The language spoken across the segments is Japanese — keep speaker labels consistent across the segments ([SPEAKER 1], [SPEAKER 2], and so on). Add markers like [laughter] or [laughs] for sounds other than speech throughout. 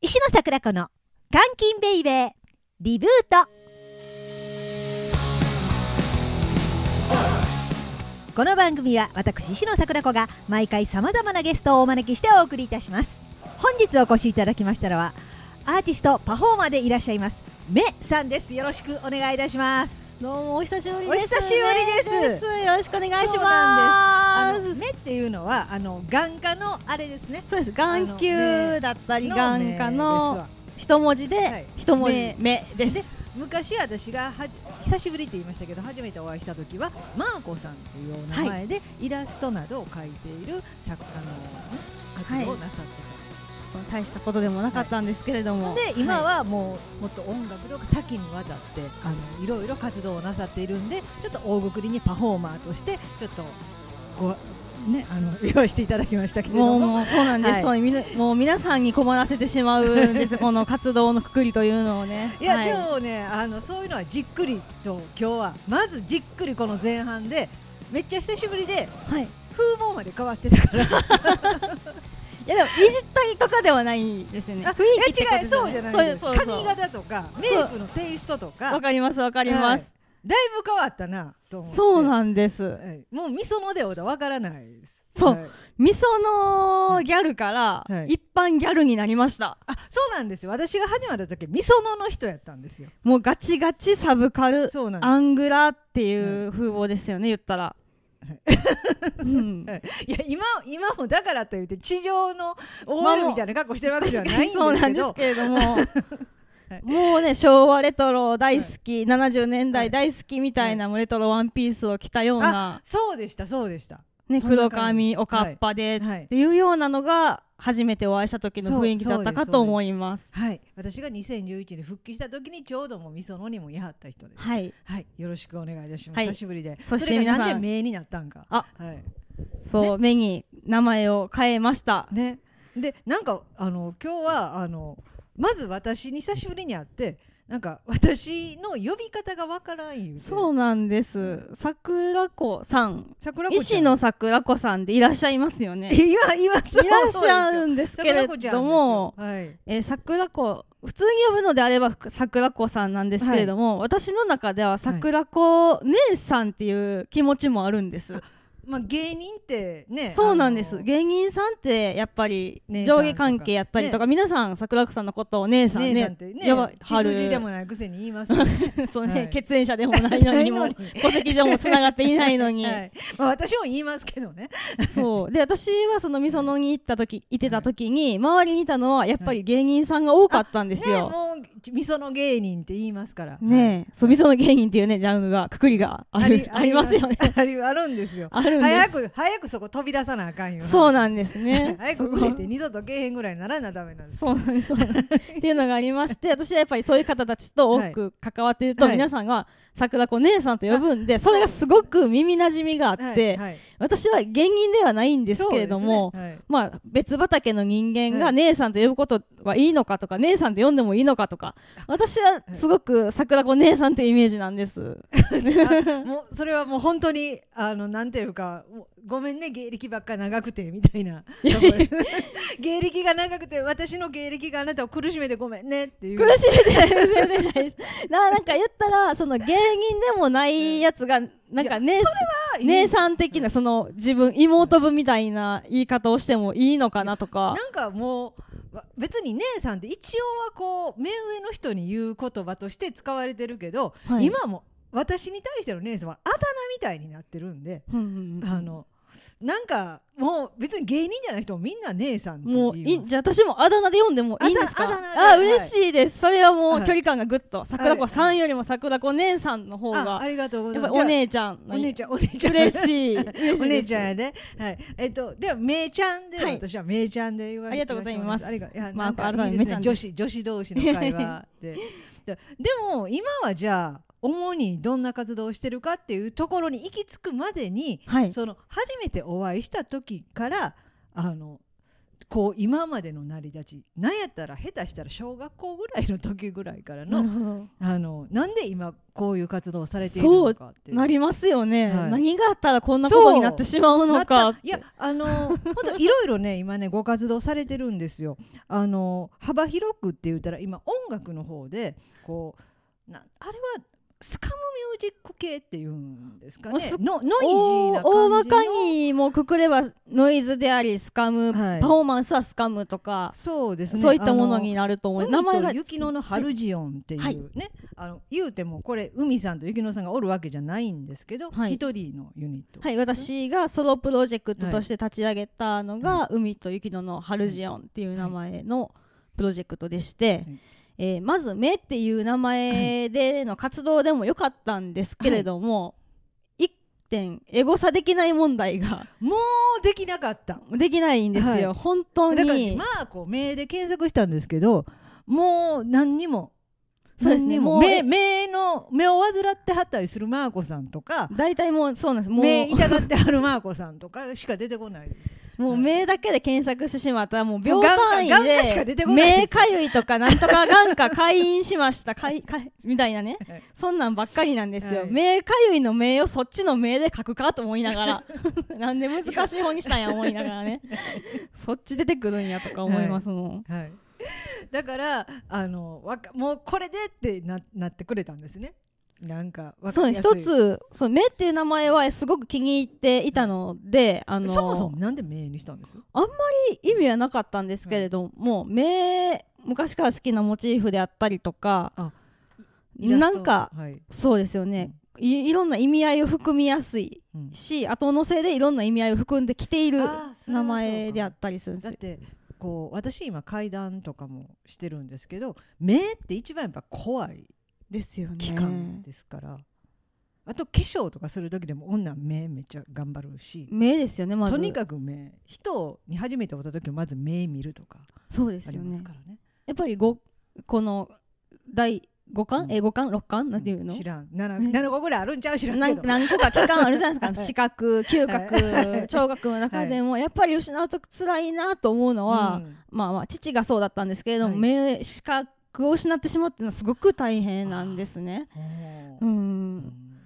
[SPEAKER 1] 石野桜子の監禁ベイベーリブートこの番組は私石野桜子が毎回さまざまなゲストをお招きしてお送りいたします本日お越しいただきましたのはアーティストパフォーマーでいらっしゃいますめさんですよろしくお願いいたします
[SPEAKER 2] どうもお久しぶりです、ね。
[SPEAKER 1] お久しぶりです
[SPEAKER 2] よろしくお願いし
[SPEAKER 1] そうな
[SPEAKER 2] ま
[SPEAKER 1] んですあの
[SPEAKER 2] す。
[SPEAKER 1] 目っていうのはあの眼科のあれですね
[SPEAKER 2] そうです。眼球だったり眼科
[SPEAKER 1] 目です
[SPEAKER 2] の
[SPEAKER 1] わ
[SPEAKER 2] 一文字
[SPEAKER 1] は
[SPEAKER 2] で
[SPEAKER 1] い
[SPEAKER 2] 一文字目で。
[SPEAKER 1] です昔私がはじ久しぶりって言いましたけど初めてお会いした時はマーコさんというお名前で、イラストなどを描いている作家のね、活動をなさって
[SPEAKER 2] その大したことでもなかったんですけれど
[SPEAKER 1] た
[SPEAKER 2] も
[SPEAKER 1] んです、。で今
[SPEAKER 2] い
[SPEAKER 1] はもう、もっと音楽とか多岐にわたってあのいろいろ活動をなさっているんでちょっと大ごくりにパフォーマーとしてちょっとごねあの [laughs] 用意していただきましたけれど
[SPEAKER 2] もう
[SPEAKER 1] も
[SPEAKER 2] もうそうなんです。
[SPEAKER 1] はい
[SPEAKER 2] そうみなもう皆さんに困らせてしまうんです。 [laughs] この活動のくくりというのをね。
[SPEAKER 1] いや、
[SPEAKER 2] はい
[SPEAKER 1] でもねあのそういうのはじっくりと今日はまずじっくりこの前半でめっちゃ久しぶりで
[SPEAKER 2] はい。い
[SPEAKER 1] 風貌まで変わってたから
[SPEAKER 2] やでもいじったりとかではないです
[SPEAKER 1] [laughs]
[SPEAKER 2] よね。
[SPEAKER 1] あ
[SPEAKER 2] 雰囲気ってこ
[SPEAKER 1] い
[SPEAKER 2] と
[SPEAKER 1] や違うそうじゃないです
[SPEAKER 2] そうそうそう
[SPEAKER 1] 髪型とかメイクのテイストとかだ
[SPEAKER 2] わ
[SPEAKER 1] いぶ
[SPEAKER 2] かりますわかります。
[SPEAKER 1] 変わったなと思って
[SPEAKER 2] そうなんです。
[SPEAKER 1] はいもうみそのでおだわからないです
[SPEAKER 2] そう
[SPEAKER 1] はい
[SPEAKER 2] 味噌のギャルから
[SPEAKER 1] はい
[SPEAKER 2] 一般ギャルになりました。
[SPEAKER 1] あそうなんですよ私が始まった時みそのの人やったんですよ
[SPEAKER 2] もうガチガチサブカル
[SPEAKER 1] そうなんです
[SPEAKER 2] アングラっていう風貌ですよね、言ったら。うん
[SPEAKER 1] はいいや今今もだからといって地上の
[SPEAKER 2] まあ
[SPEAKER 1] OL
[SPEAKER 2] もう
[SPEAKER 1] みたいな格好してるわけじゃ
[SPEAKER 2] 確
[SPEAKER 1] な
[SPEAKER 2] か
[SPEAKER 1] い
[SPEAKER 2] に
[SPEAKER 1] ん
[SPEAKER 2] そうなんで
[SPEAKER 1] ですす
[SPEAKER 2] け
[SPEAKER 1] け
[SPEAKER 2] れども。もうね昭和レトロ大好き、70年代大好きみたいなもうレトロワンピースを着たよう
[SPEAKER 1] どあ
[SPEAKER 2] な、
[SPEAKER 1] そうでしたそうでした
[SPEAKER 2] ね、
[SPEAKER 1] そんな
[SPEAKER 2] 黒
[SPEAKER 1] 感じ
[SPEAKER 2] 髪おかっぱで、
[SPEAKER 1] はい
[SPEAKER 2] っていうようなのが初めてお会いした時の雰囲気だったかと思います。
[SPEAKER 1] はい私が2011に復帰した時にちょうどもうみそのにもやはった人です
[SPEAKER 2] はい
[SPEAKER 1] はいよろしくお願いいたします、
[SPEAKER 2] はい
[SPEAKER 1] 久しぶりで
[SPEAKER 2] そして
[SPEAKER 1] れが
[SPEAKER 2] 皆さ
[SPEAKER 1] なん
[SPEAKER 2] ん
[SPEAKER 1] で名になったんか
[SPEAKER 2] あ
[SPEAKER 1] はい
[SPEAKER 2] そう、目に名前を変えました。
[SPEAKER 1] ね、でなんかあの今日はあのまず私に久しぶりに会ってなんか私の呼び方がわからんいう
[SPEAKER 2] そううなんです。桜子さん。
[SPEAKER 1] 桜子ちゃ
[SPEAKER 2] 石
[SPEAKER 1] ん [laughs]
[SPEAKER 2] 野桜子さんでいらっしゃいますよね。い
[SPEAKER 1] 今今 [laughs] そう
[SPEAKER 2] らっしゃ
[SPEAKER 1] ん
[SPEAKER 2] るんですけれ
[SPEAKER 1] 桜子ちゃん
[SPEAKER 2] ども、
[SPEAKER 1] ですよはい
[SPEAKER 2] えー桜子、普通に呼ぶのであればふ桜子さんなんですけれども、私の中では桜子姉さんっていう気持ちもあるんです。
[SPEAKER 1] あまあ芸人ってね
[SPEAKER 2] そうなんで
[SPEAKER 1] あ
[SPEAKER 2] す。
[SPEAKER 1] の
[SPEAKER 2] 芸人さんってやっぱり
[SPEAKER 1] 姉さんと
[SPEAKER 2] 上
[SPEAKER 1] か
[SPEAKER 2] 下関係やったりとか、皆さん桜子さんのことを姉さんね、
[SPEAKER 1] 姉さんって
[SPEAKER 2] やば
[SPEAKER 1] ね
[SPEAKER 2] い
[SPEAKER 1] 血筋でもないくせに言います
[SPEAKER 2] [laughs]
[SPEAKER 1] よね
[SPEAKER 2] そうね、
[SPEAKER 1] はい
[SPEAKER 2] 血縁者でもないのにも
[SPEAKER 1] [laughs] ないのに
[SPEAKER 2] 戸籍上もつながっていないのに、
[SPEAKER 1] はいまあ、私も言いますけどね
[SPEAKER 2] そうで私はそのみそのに行った時行ってた時に周りにいたのはやっぱり芸人さんが多かったんです
[SPEAKER 1] ね
[SPEAKER 2] よ。
[SPEAKER 1] もうみその芸人って言いますから
[SPEAKER 2] ねえ、そうみその芸人っていうねジャンルがくくりがあるありますよね。
[SPEAKER 1] ありあるんですよ
[SPEAKER 2] あるんで
[SPEAKER 1] 早く早くそこ飛び出さなあかんよ
[SPEAKER 2] す。そう
[SPEAKER 1] な。
[SPEAKER 2] なんですね [laughs]
[SPEAKER 1] 早く売れて二度とけえへんぐらいにならなダメなんです
[SPEAKER 2] そうなんですそうなんですっていうのがありま [laughs] して私はやっぱりそういう方たちと多く関わっていると、
[SPEAKER 1] はい
[SPEAKER 2] 皆さんが桜子姉さんと呼ぶんでそれがすごく耳なじみがあって、
[SPEAKER 1] はいはい
[SPEAKER 2] 私は芸人ではないんですけれども、
[SPEAKER 1] そうですね
[SPEAKER 2] まあ、別畑の人間
[SPEAKER 1] はい
[SPEAKER 2] が姉さんと呼ぶことはいいのかとか、姉さんと呼んでもいいのかとか、私はすごく桜子姉さんというイメージなんです。
[SPEAKER 1] はいあもうそれはもう本当にあのなんていうかもうごめんね芸歴ばっか長くてみたいなとこです [laughs] 芸歴が長くて私の芸歴があなたを苦しめてごめんねっていう
[SPEAKER 2] 苦しめてない、苦しめてないです。ななんか言ったら、その芸人でもないやつが、なんか姉
[SPEAKER 1] いや
[SPEAKER 2] 姉さん的な、その自分、妹分みたいな言い方をしてもいいのかなとか。
[SPEAKER 1] なんかもうわ別に姉さんって一応はこう目上の人に言う言葉として使われてるけど、
[SPEAKER 2] はい
[SPEAKER 1] 今も私に対しての姉さんはあだ名みたいになってるんで、
[SPEAKER 2] うんうんうん
[SPEAKER 1] あのなんかもう別に芸人じゃない人もみんな姉さんって
[SPEAKER 2] もうい
[SPEAKER 1] 言い
[SPEAKER 2] い
[SPEAKER 1] ます
[SPEAKER 2] じゃあ私もあだ名で読んでもいいんですか
[SPEAKER 1] あだあだ名で
[SPEAKER 2] あ
[SPEAKER 1] はい
[SPEAKER 2] 嬉しいですそれはも
[SPEAKER 1] は
[SPEAKER 2] う
[SPEAKER 1] い
[SPEAKER 2] 距離感がぐっと桜子さ
[SPEAKER 1] は
[SPEAKER 2] んよりも桜子姉さんの方
[SPEAKER 1] あ
[SPEAKER 2] が
[SPEAKER 1] ありがとうござい
[SPEAKER 2] やっ
[SPEAKER 1] ま
[SPEAKER 2] ぱ
[SPEAKER 1] す
[SPEAKER 2] りお姉ちゃん
[SPEAKER 1] じゃあお姉ちゃんお姉ちゃん
[SPEAKER 2] 嬉しい嬉
[SPEAKER 1] [laughs]
[SPEAKER 2] し
[SPEAKER 1] お
[SPEAKER 2] いで
[SPEAKER 1] 姉
[SPEAKER 2] す
[SPEAKER 1] ちゃんやで、はい、えっと、では、めいちゃんで、
[SPEAKER 2] はい
[SPEAKER 1] 私はめいちゃんで言われ
[SPEAKER 2] ありがとうございます
[SPEAKER 1] ありが、いや、
[SPEAKER 2] ま
[SPEAKER 1] な
[SPEAKER 2] あ
[SPEAKER 1] んかいい
[SPEAKER 2] 改め
[SPEAKER 1] ですね
[SPEAKER 2] てめいちゃん
[SPEAKER 1] 女
[SPEAKER 2] で
[SPEAKER 1] 子、女子同士の会話
[SPEAKER 2] [laughs]
[SPEAKER 1] で。ででも、今はじゃあ、主にどんな活動をしてるかっていうところに行き着くまでに。
[SPEAKER 2] はい
[SPEAKER 1] その、初めてお会いした時から、あの、こう今までの成り立ちなんやったら下手したら小学校ぐらいの時ぐらいから
[SPEAKER 2] なる
[SPEAKER 1] の
[SPEAKER 2] ほど
[SPEAKER 1] あのなんで今こういう活動をされているのかっていう
[SPEAKER 2] なりますよね、
[SPEAKER 1] はい
[SPEAKER 2] 何があったらこんなことになってしまうの
[SPEAKER 1] な
[SPEAKER 2] か
[SPEAKER 1] っ
[SPEAKER 2] ったて
[SPEAKER 1] いやあの本当いろいろね今ねご活動されてるんですよあの幅広くって言ったら今音楽の方でこうなあれはスカムミュージック系っていうんですかね
[SPEAKER 2] あす
[SPEAKER 1] のノイジー
[SPEAKER 2] お
[SPEAKER 1] な感じの
[SPEAKER 2] 大まかにもうくくればノイズでありスカム、
[SPEAKER 1] はい
[SPEAKER 2] パフォーマンスはスカムとか、
[SPEAKER 1] そうですね
[SPEAKER 2] そういったものになると思
[SPEAKER 1] 海
[SPEAKER 2] う名前が
[SPEAKER 1] と雪乃のハルジオンっていうね、
[SPEAKER 2] はい
[SPEAKER 1] あの言うてもこれ海さんと雪乃さんがおるわけじゃないんですけど一、
[SPEAKER 2] はい
[SPEAKER 1] 人のユニット、
[SPEAKER 2] はい、私がソロプロジェクトとして立ち上げたのが「海と雪乃のハルジオン」っていう名前のプロジェクトでして、
[SPEAKER 1] はい
[SPEAKER 2] えーまず「目」っていう名前での活動でもよかったんですけれども、一点エゴサできない問題が [laughs]
[SPEAKER 1] もうできなかった
[SPEAKER 2] できないんですよ、
[SPEAKER 1] はい
[SPEAKER 2] 本当
[SPEAKER 1] だから
[SPEAKER 2] に
[SPEAKER 1] しマーコ名で検索したんですけどもう何にも
[SPEAKER 2] そうです
[SPEAKER 1] 何
[SPEAKER 2] ね
[SPEAKER 1] にも
[SPEAKER 2] もう
[SPEAKER 1] 目目の目を患ってはったりするマーコさんとか
[SPEAKER 2] 大体もうそうなんですもう
[SPEAKER 1] 目痛がってはるマーコさんとかしか出てこないです
[SPEAKER 2] もう目だけで検索してしまったらもう秒
[SPEAKER 1] もう眼科
[SPEAKER 2] 単位
[SPEAKER 1] 眼科しか出て
[SPEAKER 2] で
[SPEAKER 1] こないです
[SPEAKER 2] 目かゆいとかなんとか眼科開院しましたかいかいみたいなね
[SPEAKER 1] はい
[SPEAKER 2] そんなんばっかりなんですよ、
[SPEAKER 1] はい
[SPEAKER 2] 目かゆいの目をそっちの目で書くかと思いなが [laughs] らなんで難しい方にしたんや思いながらねそっち出てくるんやとか思いますもん、
[SPEAKER 1] はい、だからあのわかもうこれでってななってくれたんですねなんかわ
[SPEAKER 2] そ
[SPEAKER 1] か
[SPEAKER 2] う
[SPEAKER 1] り
[SPEAKER 2] です
[SPEAKER 1] や
[SPEAKER 2] 一
[SPEAKER 1] すい
[SPEAKER 2] つそう目っていう名前はすごく気に入っていたので、あの
[SPEAKER 1] そもそもなんで目にしたんです
[SPEAKER 2] 意味はなかったんですけれども、目昔から好きなモチーフであったりとか
[SPEAKER 1] あイラ
[SPEAKER 2] な
[SPEAKER 1] スト
[SPEAKER 2] んか
[SPEAKER 1] はい
[SPEAKER 2] そうですよね、いいろんな意味合いを含みやすい
[SPEAKER 1] うん
[SPEAKER 2] し後乗せでいろんな意味合いを含んできている
[SPEAKER 1] あーそれはそうか
[SPEAKER 2] 名前であったりするんです
[SPEAKER 1] だっ
[SPEAKER 2] よ
[SPEAKER 1] てこう私今階段とかもしてるんですけど目って一番やっぱ怖い
[SPEAKER 2] ですよね
[SPEAKER 1] 期間ですから、あと化粧とかする時でも女は目めっちゃ頑張るし、
[SPEAKER 2] 目ですよねまず
[SPEAKER 1] とにかく目人に初めて会った時もまず目見るとか
[SPEAKER 2] そうです
[SPEAKER 1] あり
[SPEAKER 2] よ
[SPEAKER 1] ま
[SPEAKER 2] ね
[SPEAKER 1] すからね
[SPEAKER 2] やっぱりごこの第五巻、
[SPEAKER 1] うん
[SPEAKER 2] え五巻六巻なんていうの、
[SPEAKER 1] 知らん 7, 7個ぐらいあるんちゃう知らん
[SPEAKER 2] な
[SPEAKER 1] け
[SPEAKER 2] ん
[SPEAKER 1] ど [laughs]
[SPEAKER 2] 何個か期間あるじゃないですか視覚嗅
[SPEAKER 1] は
[SPEAKER 2] 覚聴覚の中でも、やっぱり失うと辛いなと思うのは、
[SPEAKER 1] うん
[SPEAKER 2] まあまあ父がそうだったんですけれども、
[SPEAKER 1] はい
[SPEAKER 2] 目視覚を失ってしまうっていうのはすごく大変なんですね。
[SPEAKER 1] ほう
[SPEAKER 2] う
[SPEAKER 1] うん
[SPEAKER 2] ん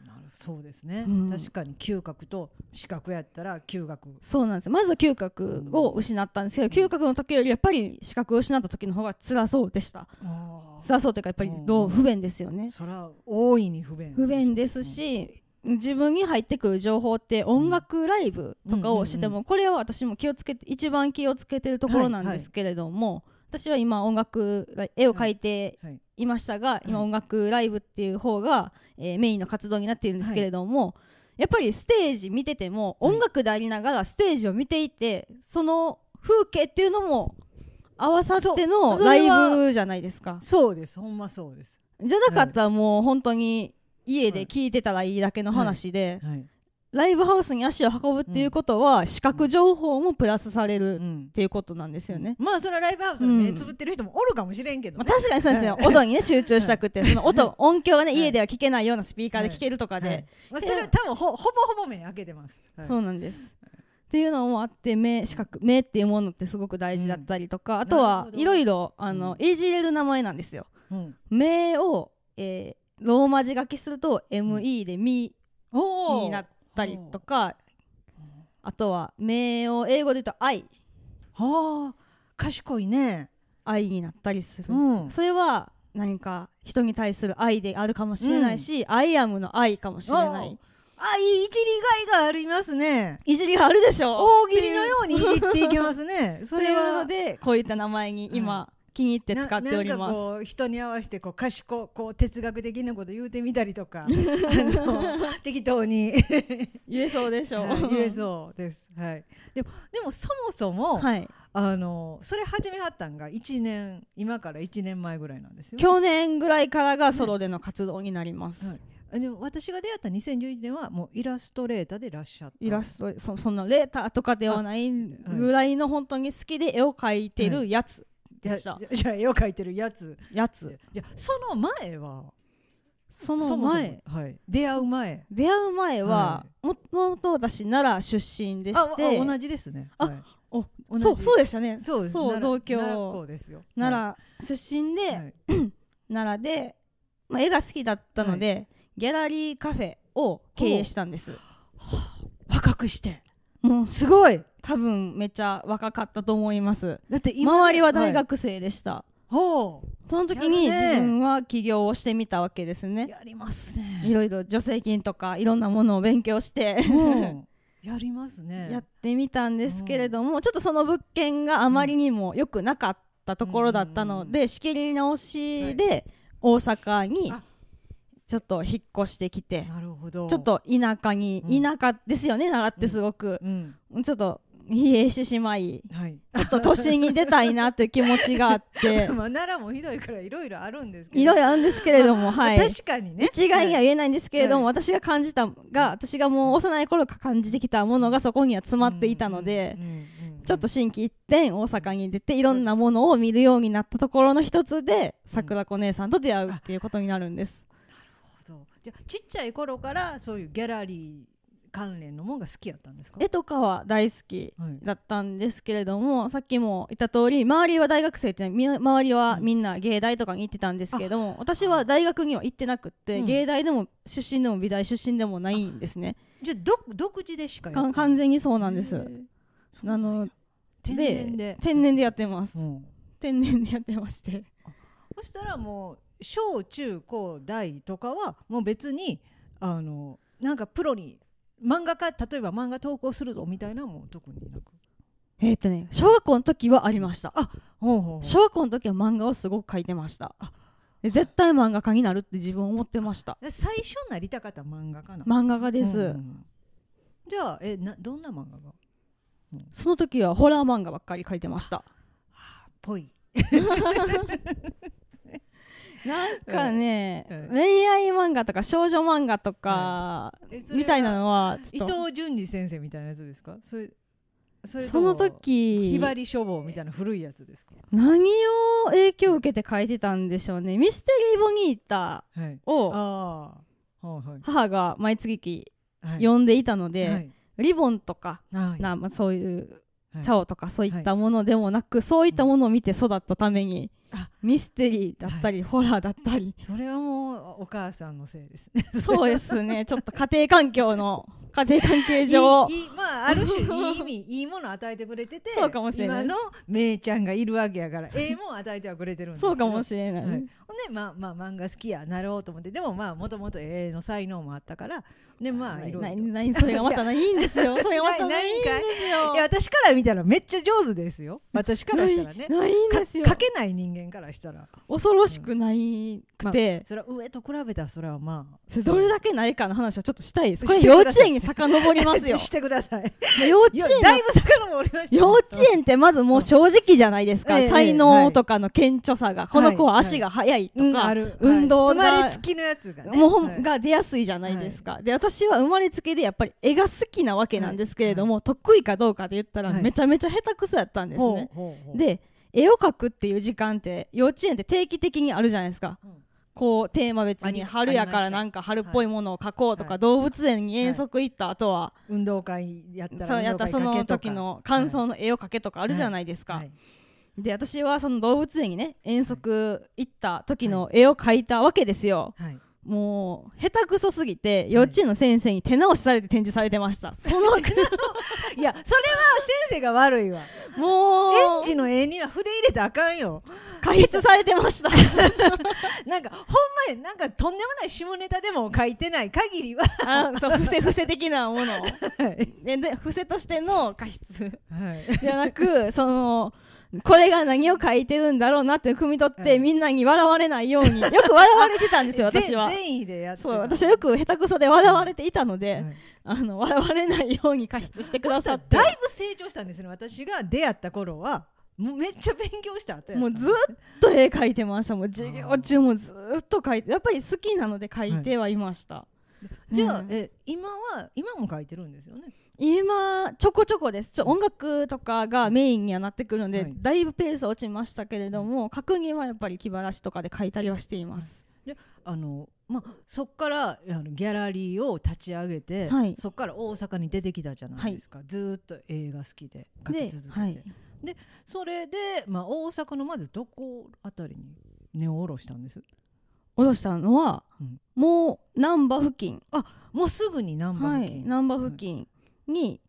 [SPEAKER 1] なるそうですね、
[SPEAKER 2] うん
[SPEAKER 1] 確かに嗅覚と視覚やったら嗅覚
[SPEAKER 2] そうなんですまずは嗅覚を失ったんですけど、
[SPEAKER 1] うん
[SPEAKER 2] 嗅覚の時よりやっぱり視覚を失った時の方が辛そうでした
[SPEAKER 1] あー
[SPEAKER 2] 辛そうというかやっぱりど
[SPEAKER 1] う
[SPEAKER 2] うん不便ですよね
[SPEAKER 1] それは大いに不便
[SPEAKER 2] 不便です
[SPEAKER 1] うん
[SPEAKER 2] し自分に入ってくる情報って音楽ライブとかをして
[SPEAKER 1] うんうんうん
[SPEAKER 2] もこれは私も気をつけて一番気をつけてるところなんですけれども私は今音楽ライ絵を描いて
[SPEAKER 1] はい、
[SPEAKER 2] いましたが、
[SPEAKER 1] い
[SPEAKER 2] 今音楽ライブっていう方が、えーメインの活動になっているんですけれども、やっぱりステージ見てても
[SPEAKER 1] はい
[SPEAKER 2] 音楽でありながらステージを見ていてその風景っていうのも合わさって
[SPEAKER 1] そう
[SPEAKER 2] の
[SPEAKER 1] そ
[SPEAKER 2] ラ
[SPEAKER 1] れ
[SPEAKER 2] イ
[SPEAKER 1] は
[SPEAKER 2] ブじゃないですか
[SPEAKER 1] そうですほんまそうです、
[SPEAKER 2] じゃなかったらもう本当に家で聞いてたらいいだけの話で、
[SPEAKER 1] はい
[SPEAKER 2] ライブハウスに足を運ぶっていうことは視覚情報もプラスされるっ
[SPEAKER 1] ん、
[SPEAKER 2] ていうことなんですよね。
[SPEAKER 1] まあそれはライブハウスで目つぶってる人もおるかもしれんけど
[SPEAKER 2] まあ、
[SPEAKER 1] ね、
[SPEAKER 2] 確かにそうですよ音にね集中したく
[SPEAKER 1] [laughs]
[SPEAKER 2] てその音音響がね
[SPEAKER 1] はい
[SPEAKER 2] 家では聞けないようなスピーカーで聞けるとかで、
[SPEAKER 1] はいまあ、それは多分ほほぼほぼ目開けてます、はい
[SPEAKER 2] そうなんです。っていうのもあって目視覚目っていうものってすごく大事だったりとか、あと
[SPEAKER 1] なる
[SPEAKER 2] は
[SPEAKER 1] ほど
[SPEAKER 2] いろいろあの、
[SPEAKER 1] う
[SPEAKER 2] いじれる名前なんですよ。
[SPEAKER 1] うん、
[SPEAKER 2] 目を、えーローマ字書きすると ME で「ミ
[SPEAKER 1] おー
[SPEAKER 2] になったりとかあとは目を英語で言うと「愛
[SPEAKER 1] はあ賢いね、
[SPEAKER 2] 愛になったりする、
[SPEAKER 1] うん
[SPEAKER 2] それは何か人に対する愛であるかもしれないし「アイアムの愛かもしれな
[SPEAKER 1] おー
[SPEAKER 2] い
[SPEAKER 1] あいいいじりがいがありますね
[SPEAKER 2] いじりがあるでしょ
[SPEAKER 1] 大喜利の
[SPEAKER 2] う
[SPEAKER 1] ようにいじっていけますねそ
[SPEAKER 2] そ
[SPEAKER 1] れ
[SPEAKER 2] [laughs] れ
[SPEAKER 1] は
[SPEAKER 2] はのでこういった名前に今、気に入って使っており
[SPEAKER 1] なな
[SPEAKER 2] ま
[SPEAKER 1] ん
[SPEAKER 2] す
[SPEAKER 1] かこう人に合わせてこう賢こう哲学的なこと言うてみたりと
[SPEAKER 2] [laughs]
[SPEAKER 1] かあの適当に
[SPEAKER 2] 言えそうでしょう、
[SPEAKER 1] はい言えそうです、はい、でもでもそもそも、
[SPEAKER 2] はい
[SPEAKER 1] あのそれ始めはったんが一年今から1年前ぐらいなんですよ。
[SPEAKER 2] 去年ぐらいからがソロでの活動になります、
[SPEAKER 1] はいあでも私が出会った2011年はもうイラストレーターでいらっしゃった
[SPEAKER 2] イラストそそのレーターとかではないぐらいの本当に好きで絵を描いてるやつでした、
[SPEAKER 1] いやじゃあ絵を描いてるやつ
[SPEAKER 2] やつ
[SPEAKER 1] じゃあその前はそ
[SPEAKER 2] その前
[SPEAKER 1] もそもはい、出会う前
[SPEAKER 2] 出会う前は
[SPEAKER 1] は
[SPEAKER 2] もともと私奈良出身で
[SPEAKER 1] あ
[SPEAKER 2] して
[SPEAKER 1] あ同じですね
[SPEAKER 2] あ
[SPEAKER 1] はいお同じ
[SPEAKER 2] そうそうでしたね
[SPEAKER 1] そうです
[SPEAKER 2] そう
[SPEAKER 1] 奈良
[SPEAKER 2] 同郷
[SPEAKER 1] 奈良校ですよ
[SPEAKER 2] 奈良出身で、
[SPEAKER 1] はいはい
[SPEAKER 2] 奈良で、まあ、絵が好きだったので、ギャラリーカフェを経営したんです
[SPEAKER 1] 若くして
[SPEAKER 2] もう
[SPEAKER 1] すごい
[SPEAKER 2] 多分めっちゃ若かったと思います
[SPEAKER 1] だって今ね
[SPEAKER 2] 周りは大
[SPEAKER 1] い
[SPEAKER 2] 学生でした、
[SPEAKER 1] ほ
[SPEAKER 2] その時に
[SPEAKER 1] やるね
[SPEAKER 2] 自分は起業をしてみたわけです
[SPEAKER 1] う
[SPEAKER 2] ね
[SPEAKER 1] やります
[SPEAKER 2] い
[SPEAKER 1] ね
[SPEAKER 2] ろいろ助成金とかいろんなものを勉強して
[SPEAKER 1] うんやりますね
[SPEAKER 2] やってみたんですけれども、ちょっとその物件があまりにも良くなかったところだったので、仕切り直しで大阪に
[SPEAKER 1] あ
[SPEAKER 2] ちょっと引っ越してきて、
[SPEAKER 1] なるほど
[SPEAKER 2] ちょっと田舎に、
[SPEAKER 1] うん
[SPEAKER 2] 田舎ですよね奈良ってすごく、
[SPEAKER 1] うん
[SPEAKER 2] ちょっと疲弊してしまい
[SPEAKER 1] はい
[SPEAKER 2] ちょっと都心に出たいなという気持ちがあっ
[SPEAKER 1] [laughs]
[SPEAKER 2] て
[SPEAKER 1] まあ奈良もひどいからいろいろあるんですけど
[SPEAKER 2] いろいろあるんですけれども、はい。
[SPEAKER 1] 確かにね
[SPEAKER 2] 一概には
[SPEAKER 1] はい
[SPEAKER 2] 言えないんですけれども、
[SPEAKER 1] は
[SPEAKER 2] 私が感じたが私がもう幼い頃から感じてきたものがそこには詰まっていたので、
[SPEAKER 1] うんうんうんうん
[SPEAKER 2] ちょっと心機一転大阪に出ていろんなものを見るようになったところの一つで桜子姉さんと出会うっていうことになるんです。
[SPEAKER 1] そうじゃあちっちゃい頃からそういうギャラリー関連のもんが好きやったんですか
[SPEAKER 2] 絵とかは大好き
[SPEAKER 1] はい
[SPEAKER 2] だったんですけれどもさっきも言った通り周りは大学生ってみ周りはみんな芸大とかに行ってたんですけれども私は大学には行ってなくって、
[SPEAKER 1] うん
[SPEAKER 2] 芸大でも出身でも美大出身でもないんですね
[SPEAKER 1] じゃあ独独自でしかや
[SPEAKER 2] か
[SPEAKER 1] っ
[SPEAKER 2] ん
[SPEAKER 1] て
[SPEAKER 2] 完全にそうなんです、
[SPEAKER 1] へー
[SPEAKER 2] なの
[SPEAKER 1] 天然で
[SPEAKER 2] 天然でやってます、
[SPEAKER 1] うん
[SPEAKER 2] 天然でやってまして
[SPEAKER 1] そしたらもう小中高大とかはもう別にあのなんかプロに漫画家例えば漫画投稿するぞみたいなのも特になく
[SPEAKER 2] えっとね小学校の時はありました
[SPEAKER 1] ほうほうほう
[SPEAKER 2] 小学校の時は漫画をすごく描いてましたで絶対漫画家になるって自分思ってました
[SPEAKER 1] 最初になりたかった漫画家なの
[SPEAKER 2] 漫画家です、
[SPEAKER 1] うんうんうんじゃあえなどんな漫画が
[SPEAKER 2] その時はホラー漫画ばっかり描いてました
[SPEAKER 1] ぽい
[SPEAKER 2] なんかね、
[SPEAKER 1] うんうん
[SPEAKER 2] 恋愛漫画とか少女漫画とか、みたいなのは
[SPEAKER 1] 伊
[SPEAKER 2] ちょっと
[SPEAKER 1] 藤淳二先生みたいなやつですかそれそれと
[SPEAKER 2] そ
[SPEAKER 1] も
[SPEAKER 2] の
[SPEAKER 1] ひ
[SPEAKER 2] 時
[SPEAKER 1] ばり書房みたいな古いやつですか
[SPEAKER 2] 何を影響を受けて描いてたんでしょうねミステリーボニータ
[SPEAKER 1] はい
[SPEAKER 2] を
[SPEAKER 1] ああはいはい
[SPEAKER 2] 母が毎月
[SPEAKER 1] はい
[SPEAKER 2] 読んでいたので、
[SPEAKER 1] はい
[SPEAKER 2] リボンとか、
[SPEAKER 1] はい
[SPEAKER 2] なまあ、そういう
[SPEAKER 1] はい
[SPEAKER 2] チャオとかそういったものでもなく、そういったものを見て育ったために、
[SPEAKER 1] あ
[SPEAKER 2] ミステリーだったり、ホラーだっ
[SPEAKER 1] [laughs]
[SPEAKER 2] たり
[SPEAKER 1] それはもうお母さんのせいです
[SPEAKER 2] [laughs]
[SPEAKER 1] ね。
[SPEAKER 2] そうですねちょっと家庭環境の家庭関係上
[SPEAKER 1] [laughs] いいいいまあある種いい意味いいものを与えてくれてて、
[SPEAKER 2] そうかもしれない
[SPEAKER 1] 今のめいちゃんがいるわけやから、ええもん与えてはくれてるんですけ
[SPEAKER 2] そ
[SPEAKER 1] ど。
[SPEAKER 2] うかもしれない、
[SPEAKER 1] はい、ほんでまあまあ漫画好きやなろうと思ってでもまあもともと絵の才能もあったからでまあいろいろ
[SPEAKER 2] なななそれがまたないいんで
[SPEAKER 1] [laughs]
[SPEAKER 2] すよそれがまたないいんですよ
[SPEAKER 1] いや私から見たらめっちゃ上手ですよ私からしたらね
[SPEAKER 2] ないないんですよ
[SPEAKER 1] かけない人間からしたら
[SPEAKER 2] 恐ろしくないくて、
[SPEAKER 1] それは上と比べたらそれはまあ
[SPEAKER 2] それどれだけないかの話をちょっとしたいですこれ
[SPEAKER 1] してく
[SPEAKER 2] 幼
[SPEAKER 1] ださい
[SPEAKER 2] 稚園に遡りますよ
[SPEAKER 1] してくださ [laughs] い
[SPEAKER 2] 幼稚
[SPEAKER 1] いや
[SPEAKER 2] 園の
[SPEAKER 1] だいぶ遡りましたね
[SPEAKER 2] [laughs] 幼稚園ってまずもう正直じゃないですか、
[SPEAKER 1] ええ
[SPEAKER 2] 才能とかの顕著さが、この子は足が速いとか、
[SPEAKER 1] うんある
[SPEAKER 2] 運動
[SPEAKER 1] はい
[SPEAKER 2] が、
[SPEAKER 1] 生まれつきのやつがね
[SPEAKER 2] もうほん
[SPEAKER 1] はい
[SPEAKER 2] が出やすいじゃないですか、で私は生まれつきでやっぱり絵が好きなわけなんですけれども、得意かどうかで言ったら
[SPEAKER 1] はい
[SPEAKER 2] めちゃめちゃ下手くそやったんですね、
[SPEAKER 1] ほうほうほう
[SPEAKER 2] で絵を描くっていう時間って幼稚園って定期的にあるじゃないですか
[SPEAKER 1] うん
[SPEAKER 2] こうテーマ別
[SPEAKER 1] あ
[SPEAKER 2] に
[SPEAKER 1] り
[SPEAKER 2] 春やか
[SPEAKER 1] ありまし
[SPEAKER 2] ら
[SPEAKER 1] た
[SPEAKER 2] なんか春っぽいものを描こうとか、
[SPEAKER 1] はい
[SPEAKER 2] 動物園に遠足行った後は、
[SPEAKER 1] 運動会やったら
[SPEAKER 2] そうやったその時の感想の絵を描けとかあるじゃないですか、
[SPEAKER 1] が
[SPEAKER 2] で私はその動物園にね遠足行った時の絵を描いたわけですよ、 [laughs] もう下手くそすぎて幼稚園の先生に手直しされて展示されてました
[SPEAKER 1] [laughs]
[SPEAKER 2] その
[SPEAKER 1] いやそれは先生が悪いわ
[SPEAKER 2] も
[SPEAKER 1] 園
[SPEAKER 2] う
[SPEAKER 1] 児の絵には筆入れたらあかんよ
[SPEAKER 2] 過失されて
[SPEAKER 1] [laughs]
[SPEAKER 2] ました
[SPEAKER 1] なんかほんまになんかとんでもない下ネタでも書いてない限りは
[SPEAKER 2] あのそう伏せ伏せ的なもの
[SPEAKER 1] はい
[SPEAKER 2] でで伏せとしての過失
[SPEAKER 1] [laughs] はい
[SPEAKER 2] じゃなくそのこれが何を書いてるんだろうなって汲み取って、
[SPEAKER 1] はい
[SPEAKER 2] みんなに笑われないようによく笑われてたんですよ私は
[SPEAKER 1] 善善意でやってた
[SPEAKER 2] そう私はよく下手くそで笑われていたの
[SPEAKER 1] は
[SPEAKER 2] で、
[SPEAKER 1] い
[SPEAKER 2] あの笑われないように加筆してくだ
[SPEAKER 1] そした
[SPEAKER 2] さっ
[SPEAKER 1] ら
[SPEAKER 2] て
[SPEAKER 1] だいぶ成長したんですね私が出会った頃はもうめっちゃ勉強した後やった
[SPEAKER 2] もうずっと絵描いてましたもう授業中もずっと描いてやっぱり好きなので描いてはいました、
[SPEAKER 1] じゃあ
[SPEAKER 2] うん
[SPEAKER 1] え今は今も書いてるんですよね
[SPEAKER 2] 今ちょこちょこですちょ音楽とかがメインにはなってくるので、
[SPEAKER 1] はい
[SPEAKER 2] だいぶペースは落ちましたけれども、書くにはやっぱり気晴らしとかで描いたりはしています、
[SPEAKER 1] であのまあ、そこからあのギャラリーを立ち上げて、
[SPEAKER 2] はい
[SPEAKER 1] そこから大阪に出てきたじゃないですか、ずーっと映画好きで描き
[SPEAKER 2] で
[SPEAKER 1] 続けて、
[SPEAKER 2] はい、
[SPEAKER 1] それで、まあ、大阪のまずどこあたりに根を下ろしたんです
[SPEAKER 2] 下ろしたのは、
[SPEAKER 1] うん
[SPEAKER 2] もう難波付近
[SPEAKER 1] もうすぐに難波
[SPEAKER 2] は
[SPEAKER 1] 付
[SPEAKER 2] い
[SPEAKER 1] 近、
[SPEAKER 2] 難波付近に、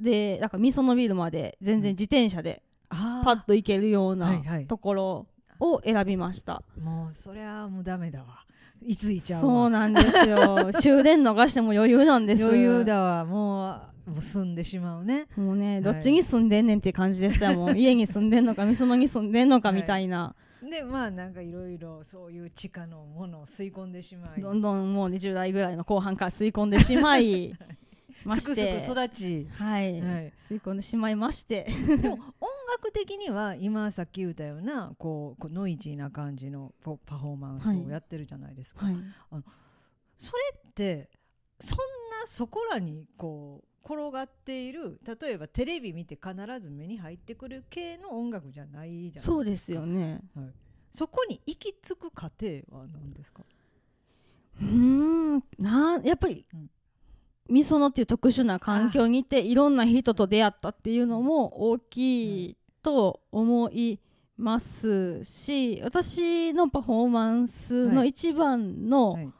[SPEAKER 2] でなんか味噌のビールまで全然自転車で
[SPEAKER 1] あー
[SPEAKER 2] パッと行けるよう
[SPEAKER 1] は
[SPEAKER 2] ない
[SPEAKER 1] はい
[SPEAKER 2] ところを選びました、
[SPEAKER 1] もうそりゃもうダメだわいついちゃう
[SPEAKER 2] そう
[SPEAKER 1] わ
[SPEAKER 2] なんで
[SPEAKER 1] [laughs]
[SPEAKER 2] すよ終電逃しても余裕なんです
[SPEAKER 1] 余裕だわもうもう住んでしまうね
[SPEAKER 2] もうね
[SPEAKER 1] い
[SPEAKER 2] どっちに住んでんねんっていう感じでしたよも
[SPEAKER 1] [laughs]
[SPEAKER 2] う家に住んでんのか味噌のに住んでんのかみたいな、
[SPEAKER 1] でまあなんかいろいろそういう地下のものを吸い込んでしまい
[SPEAKER 2] どんどんもう20代ぐらいの後半から吸い込んでしまいまし
[SPEAKER 1] すく
[SPEAKER 2] て
[SPEAKER 1] すく育ち
[SPEAKER 2] はい、
[SPEAKER 1] はい
[SPEAKER 2] 吸い込んでしまいまして [laughs]
[SPEAKER 1] でも音楽的には今さっき言ったようなこうこうノイジーな感じのこうパフォーマンスをやってるじゃないですか。
[SPEAKER 2] はい
[SPEAKER 1] それってそんなそこらにこう転がっている例えばテレビ見て必ず目に入ってくる系の音楽じゃないじゃないですか
[SPEAKER 2] そうですよね
[SPEAKER 1] そこに行き着く過程は何ですか、
[SPEAKER 2] うーんなんやっぱり、
[SPEAKER 1] うん
[SPEAKER 2] みそのっていう特殊な環境にいていろんな人と出会ったっていうのも大きいと思いますし私のパフォーマンスの
[SPEAKER 1] はい
[SPEAKER 2] 一番の
[SPEAKER 1] はい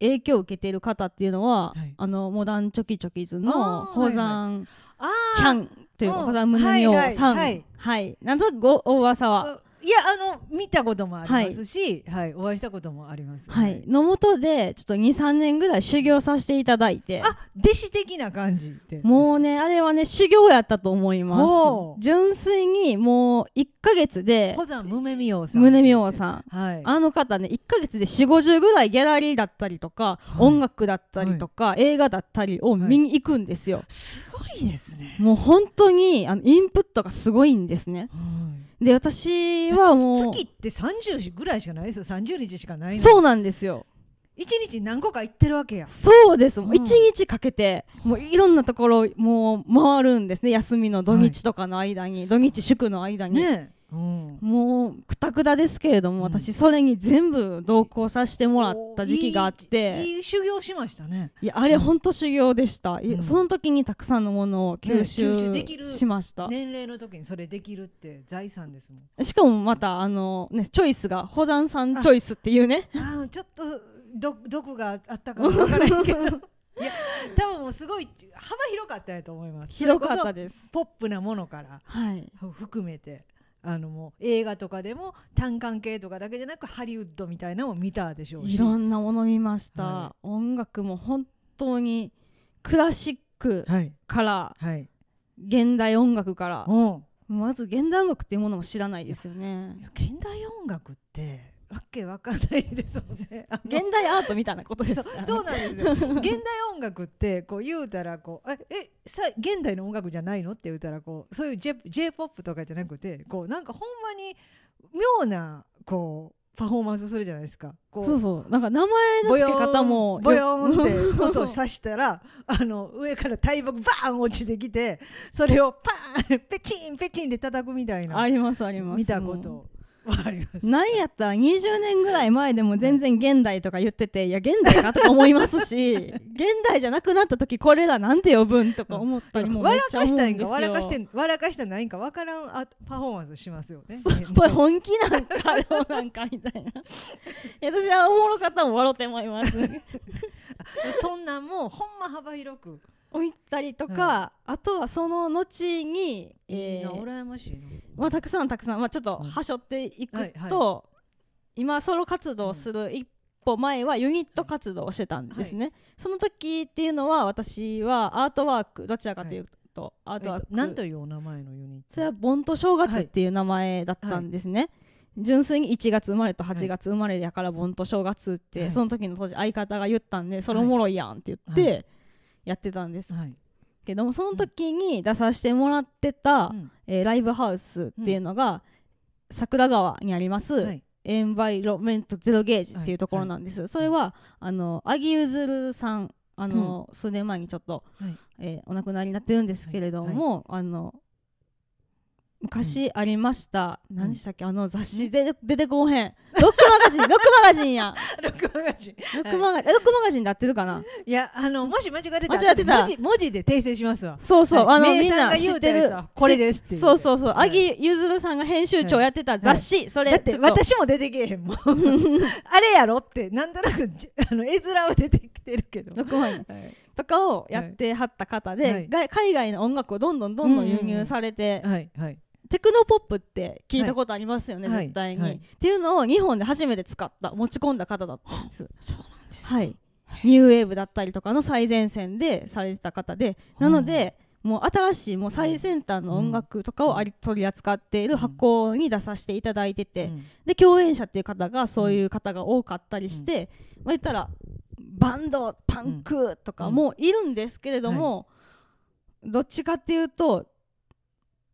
[SPEAKER 2] 影響を受けている方っていうの
[SPEAKER 1] は
[SPEAKER 2] は、
[SPEAKER 1] い
[SPEAKER 2] あのモダンチョキチョキズの
[SPEAKER 1] あー
[SPEAKER 2] 保山
[SPEAKER 1] あ
[SPEAKER 2] キャンという
[SPEAKER 1] うん
[SPEAKER 2] 保山宗
[SPEAKER 1] はいはい
[SPEAKER 2] 男さん、
[SPEAKER 1] は
[SPEAKER 2] はいいなんとなくご大噂は、
[SPEAKER 1] いやあの見たこともありますし、はいお会いしたこともあります、
[SPEAKER 2] はい、のもとでちょっと23年ぐらい修行させていただいて
[SPEAKER 1] あ弟子的な感じって
[SPEAKER 2] も
[SPEAKER 1] う
[SPEAKER 2] うね、あれはね、修行やったと思い
[SPEAKER 1] おう
[SPEAKER 2] ます。純粋にもう1ヶ月で、
[SPEAKER 1] 保山宗美王さん
[SPEAKER 2] 宗美王さん。
[SPEAKER 1] んはい
[SPEAKER 2] あの方ね、1ヶ月で4、50ぐらいギャラリーだったりとか、
[SPEAKER 1] い
[SPEAKER 2] 音楽だったりとか、映画だったりを見に行くんですよ。
[SPEAKER 1] すごいですね、
[SPEAKER 2] もう本当にあのインプットがすごいんですね。で、私はもう、
[SPEAKER 1] 月って30ぐらいしかないですよ30日しかないの
[SPEAKER 2] そうなんですよ。
[SPEAKER 1] 一日何個か行ってるわけや
[SPEAKER 2] そうです。も
[SPEAKER 1] う
[SPEAKER 2] うん1日かけて、もういろんなところをもう回るんですね。休みの土日とかの間に、土日祝の間に。
[SPEAKER 1] ねえ、うん、
[SPEAKER 2] もうくたくたですけれども、
[SPEAKER 1] うん
[SPEAKER 2] 私それに全部同行させてもらった時期があって
[SPEAKER 1] いいいい修行しましたね
[SPEAKER 2] いやあれ本当修行でした、い
[SPEAKER 1] うん
[SPEAKER 2] その時にたくさんのものを吸
[SPEAKER 1] ね吸収でき
[SPEAKER 2] 収
[SPEAKER 1] る
[SPEAKER 2] しました、
[SPEAKER 1] 年齢の時にそれできるって財産ですもん
[SPEAKER 2] しかもまたあのねチョイスが保山さんチョイスっていうね
[SPEAKER 1] ああちょっとど毒があったかもわからへんけど
[SPEAKER 2] [laughs]
[SPEAKER 1] いや多分もうすごい幅広かったやと思います
[SPEAKER 2] 広かっ
[SPEAKER 1] それ
[SPEAKER 2] た
[SPEAKER 1] こ
[SPEAKER 2] です
[SPEAKER 1] そポップなものから
[SPEAKER 2] はい
[SPEAKER 1] ふ含めてあのもう映画とかでも単管系とかだけじゃなくハリウッドみたいなのも見たでしょうし
[SPEAKER 2] いろんなもの見ました、
[SPEAKER 1] は
[SPEAKER 2] 音楽も本当にクラシック
[SPEAKER 1] はい
[SPEAKER 2] から
[SPEAKER 1] はい
[SPEAKER 2] 現代音楽から
[SPEAKER 1] うん
[SPEAKER 2] まず現代音楽っていうものも知らないですよね
[SPEAKER 1] いや現代音楽ってわけわかんないですもんね。あの
[SPEAKER 2] 現代アートみたいなことです
[SPEAKER 1] そう
[SPEAKER 2] からね
[SPEAKER 1] そうなんですよ現代音楽ってこう言うたらこうええさ現代の音楽じゃないのって言うたらこうそういう J p o p とかじゃなくてこうなんかほんまに妙なこうパフォーマンスするじゃないですか。こ
[SPEAKER 2] そうそうなんか名前の付け方も
[SPEAKER 1] ボ
[SPEAKER 2] よ
[SPEAKER 1] ヨーンボヨーンって音をさした
[SPEAKER 2] [laughs]
[SPEAKER 1] らあの上から大木バーン落ちてきてそれをパーンペチンペチンで叩くみたい
[SPEAKER 2] あ
[SPEAKER 1] な
[SPEAKER 2] りますあります
[SPEAKER 1] 見たことはあります。
[SPEAKER 2] なんやったら20年ぐらい前でも全然現代とか言っ
[SPEAKER 1] [laughs]
[SPEAKER 2] てていや現代かとか思いますし現代じゃなくなった時これらなんて呼ぶんとか思ったりもめっ
[SPEAKER 1] 笑
[SPEAKER 2] ちゃ
[SPEAKER 1] か
[SPEAKER 2] 思う
[SPEAKER 1] し
[SPEAKER 2] んで
[SPEAKER 1] た
[SPEAKER 2] す
[SPEAKER 1] いんか
[SPEAKER 2] よ
[SPEAKER 1] 笑かしてん笑かしたないんかわからんあパフォーマンスしますよね。
[SPEAKER 2] [laughs] これ本気なんかどうなんかみ
[SPEAKER 1] [laughs]
[SPEAKER 2] たいないや私はおもろかったも笑って思います
[SPEAKER 1] そんなんもうほんま幅広く。
[SPEAKER 2] 置いたりとか、あとはその後に、
[SPEAKER 1] いい
[SPEAKER 2] え
[SPEAKER 1] な
[SPEAKER 2] ー
[SPEAKER 1] 羨ましいな。
[SPEAKER 2] まあ、たくさんたくさん、まあ、ちょっと
[SPEAKER 1] うん
[SPEAKER 2] はしょっていくと、
[SPEAKER 1] はいは
[SPEAKER 2] 今ソロ活動をする一歩前はユニット活動をしてたんですね、その時っていうのは私はアートワークどちらかというと、アートワーク、
[SPEAKER 1] えっとなんというお名前のユニッ
[SPEAKER 2] それ
[SPEAKER 1] ト。
[SPEAKER 2] は盆と正月っていう名前だったんですね、純粋に1月生まれと8月生まれやから盆と正月って、
[SPEAKER 1] はい
[SPEAKER 2] その時の当時相方が言ったんでそれおもろいやんって言っ
[SPEAKER 1] は
[SPEAKER 2] てやってたんです
[SPEAKER 1] はい。
[SPEAKER 2] けどもその時に出させてもらってた、
[SPEAKER 1] うん
[SPEAKER 2] えーライブハウスっていうのが、桜川にあります、
[SPEAKER 1] はい。
[SPEAKER 2] エンバイロメントゼロゲージっていうところなんです、それはあのアギユズルさんあの、数年前にちょっと、
[SPEAKER 1] はい
[SPEAKER 2] えーお亡くなりになってるんですけれども、あの昔ありました、何でしたっけあの雑誌で出てこうへんロックマ
[SPEAKER 1] [laughs]
[SPEAKER 2] ガジンロックマガジンや
[SPEAKER 1] ロックマガジン
[SPEAKER 2] ロックマガロックマガジンで合ってるかない
[SPEAKER 1] やあのもし間違ってたら
[SPEAKER 2] 間違ってた
[SPEAKER 1] 文字文字で訂正しますわ
[SPEAKER 2] そうそう、
[SPEAKER 1] はい
[SPEAKER 2] あの
[SPEAKER 1] 名
[SPEAKER 2] みん
[SPEAKER 1] 産
[SPEAKER 2] な
[SPEAKER 1] が
[SPEAKER 2] 知
[SPEAKER 1] 言
[SPEAKER 2] っ
[SPEAKER 1] うた
[SPEAKER 2] て
[SPEAKER 1] やつ
[SPEAKER 2] る
[SPEAKER 1] はこれですっていう
[SPEAKER 2] そうそうそう、
[SPEAKER 1] はい
[SPEAKER 2] アギゆずるさんが編集長やってた雑誌、それ
[SPEAKER 1] だって
[SPEAKER 2] ちょっと
[SPEAKER 1] 私も出てけえへん
[SPEAKER 2] [laughs]
[SPEAKER 1] もんあれやろってなんとなくじあの絵面は出てきてるけど、
[SPEAKER 2] 6枚
[SPEAKER 1] はい
[SPEAKER 2] [laughs] とかをやってはった方で、
[SPEAKER 1] はい
[SPEAKER 2] が海外の音楽をどんどんどんどん輸入されて、
[SPEAKER 1] はいはい
[SPEAKER 2] テクノポップって聞いたことありますよね、
[SPEAKER 1] はい
[SPEAKER 2] 絶対に、
[SPEAKER 1] はいはい
[SPEAKER 2] っていうのを日本で初めて使った持ち込んだ方だったんです
[SPEAKER 1] そうなんです
[SPEAKER 2] はい、ニューウェーブだったりとかの最前線でされてた方でなのでもう新しいもう最先端の音楽とかをあり取り扱っている箱に出させていただいてて、
[SPEAKER 1] うん
[SPEAKER 2] で共演者っていう方がそういう方が多かったりして、まあ、言ったらバンドパンクとかもいるんですけれども、どっちかっていうと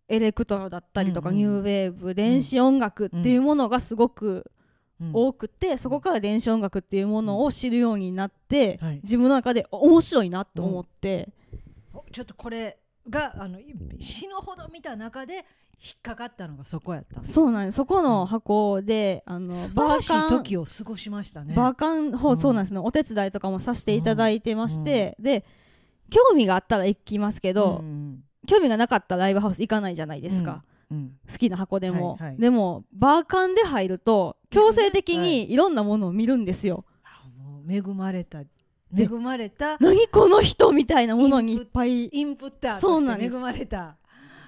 [SPEAKER 2] エレクトロだったりとか、
[SPEAKER 1] うんうん
[SPEAKER 2] ニューウェーブ電子音楽っていうものがすごく
[SPEAKER 1] うん
[SPEAKER 2] 多くて、そこから電子音楽っていうものを知るようになって、
[SPEAKER 1] はい
[SPEAKER 2] 自分の中で面白いなと思って、
[SPEAKER 1] おちょっとこれがあのい死ぬほど見た中で引っかかったのがそこやったんです
[SPEAKER 2] そうなんですそこの箱であの
[SPEAKER 1] 素晴
[SPEAKER 2] バ
[SPEAKER 1] らし
[SPEAKER 2] ーカ
[SPEAKER 1] い
[SPEAKER 2] ン
[SPEAKER 1] 時を過ごしましたね
[SPEAKER 2] バーカンほう
[SPEAKER 1] うん
[SPEAKER 2] そうなんですね、お手伝いとかもさせていただいてまして、で興味があったら行きますけ
[SPEAKER 1] う
[SPEAKER 2] ど、
[SPEAKER 1] ん
[SPEAKER 2] 興味がなかったらライブハウス行かないじゃないですか、
[SPEAKER 1] うん
[SPEAKER 2] 好きな箱でも、
[SPEAKER 1] はいはい
[SPEAKER 2] でもバーカンで入ると強制的にいろんなものを見るんですよ、
[SPEAKER 1] あもう恵まれた恵まれた
[SPEAKER 2] 何この人みたいなものにいっぱい
[SPEAKER 1] インプッター
[SPEAKER 2] そ
[SPEAKER 1] と
[SPEAKER 2] うなん
[SPEAKER 1] して
[SPEAKER 2] で
[SPEAKER 1] 恵
[SPEAKER 2] す
[SPEAKER 1] まれた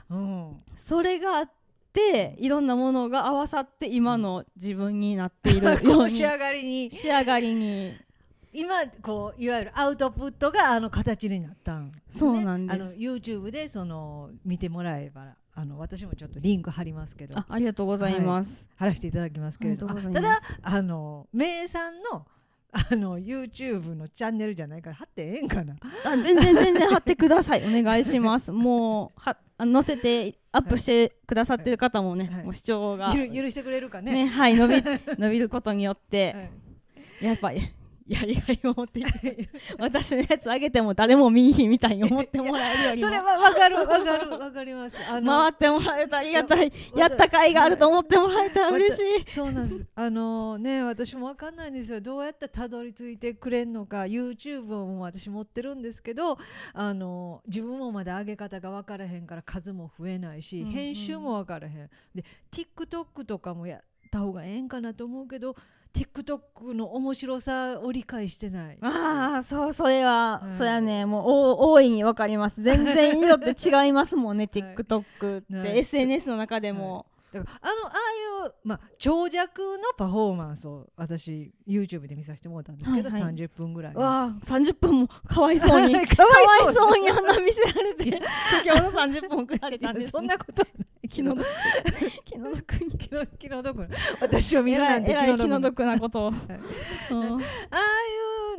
[SPEAKER 1] うん
[SPEAKER 2] それがあっていろんなものが合わさって今の自分になっているよ
[SPEAKER 1] [laughs] こ
[SPEAKER 2] う
[SPEAKER 1] の
[SPEAKER 2] に
[SPEAKER 1] 仕上がりに
[SPEAKER 2] 仕上がりに
[SPEAKER 1] 今こういわゆるアウトプットがあの形になったんです、ね、
[SPEAKER 2] そうなんです
[SPEAKER 1] あの YouTube でその見てもらえばあの私もちょっとリンク貼りますけど
[SPEAKER 2] あありがとうございます、
[SPEAKER 1] 貼らせていただきますけれど
[SPEAKER 2] ありがとうござ
[SPEAKER 1] た
[SPEAKER 2] います
[SPEAKER 1] だあの名産のあの YouTube のチャンネルじゃないから貼ってええんかな
[SPEAKER 2] あ全然全然貼ってくださいお願いしますもうはあ載せてアップしてくださってる方もね、
[SPEAKER 1] はい
[SPEAKER 2] もう視聴が
[SPEAKER 1] ゆる許してくれるかね
[SPEAKER 2] ねはい伸
[SPEAKER 1] [laughs]
[SPEAKER 2] び伸びることによって、
[SPEAKER 1] はい
[SPEAKER 2] やっぱりやりがいを持っていただいて私のやつあげても誰も見んひみたいに思ってもらえるより
[SPEAKER 1] そ
[SPEAKER 2] も
[SPEAKER 1] れはわかるわかるわかりますあの
[SPEAKER 2] 回ってもらえるとありがたい
[SPEAKER 1] や
[SPEAKER 2] やった甲斐があると思ってもらえたら嬉しい
[SPEAKER 1] そうなんです。あのね、私もわかんないんですよ。どうやってたどり着いてくれんのか、YouTube も私持ってるんですけど、あの自分もまだ上げ方がわからへんから数も増えないし、
[SPEAKER 2] うんうん
[SPEAKER 1] 編集もわからへん。で、TikTok とかもやった方がええんかなと思うけど、TikTok の面白さを理解してない。
[SPEAKER 2] ああそうそれは、
[SPEAKER 1] うん
[SPEAKER 2] それはねもうお大いにわかります全然色って違いますもんね TikTok って、
[SPEAKER 1] はい
[SPEAKER 2] SNS の中でも、
[SPEAKER 1] だからあのああいう、まあ、長尺のパフォーマンスを私 YouTube で見させてもらったんですけど、
[SPEAKER 2] はいはい
[SPEAKER 1] 30分ぐらいの。
[SPEAKER 2] わあ30分もかわいそうに
[SPEAKER 1] [laughs] か
[SPEAKER 2] か
[SPEAKER 1] わ
[SPEAKER 2] わ
[SPEAKER 1] い
[SPEAKER 2] い
[SPEAKER 1] そう
[SPEAKER 2] そうにあんな見せら
[SPEAKER 1] [laughs]
[SPEAKER 2] れて今日の30分送られたん
[SPEAKER 1] い
[SPEAKER 2] で
[SPEAKER 1] や
[SPEAKER 2] す
[SPEAKER 1] そんなことはない
[SPEAKER 2] 気の毒 [laughs] 気の毒に
[SPEAKER 1] 気の気の毒な私を見
[SPEAKER 2] え
[SPEAKER 1] る
[SPEAKER 2] ら
[SPEAKER 1] ないんて
[SPEAKER 2] えらい気の
[SPEAKER 1] 毒
[SPEAKER 2] 毒なことを、うん
[SPEAKER 1] ああい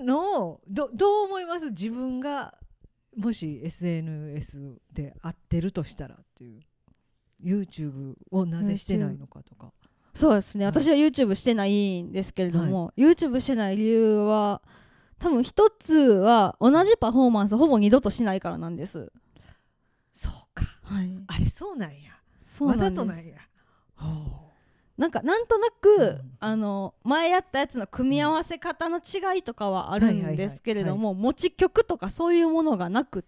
[SPEAKER 1] うのをどどう思います自分がもし SNS で合ってるとしたらっていう YouTube をなぜしてないのかとか、
[SPEAKER 2] そうですね、
[SPEAKER 1] はい
[SPEAKER 2] 私は YouTube してないんですけれども、YouTube してない理由は多分一つは同じパフォーマンスをほぼ二度としないからなんです
[SPEAKER 1] そうか
[SPEAKER 2] はい
[SPEAKER 1] あれそうなんや
[SPEAKER 2] そうなんです
[SPEAKER 1] わざとなんやほ
[SPEAKER 2] なんかなんとなく、
[SPEAKER 1] うん
[SPEAKER 2] あの前やったやつの組み合わせ方の違いとかはあるんですけれども、持ち曲とかそういうものがなくっ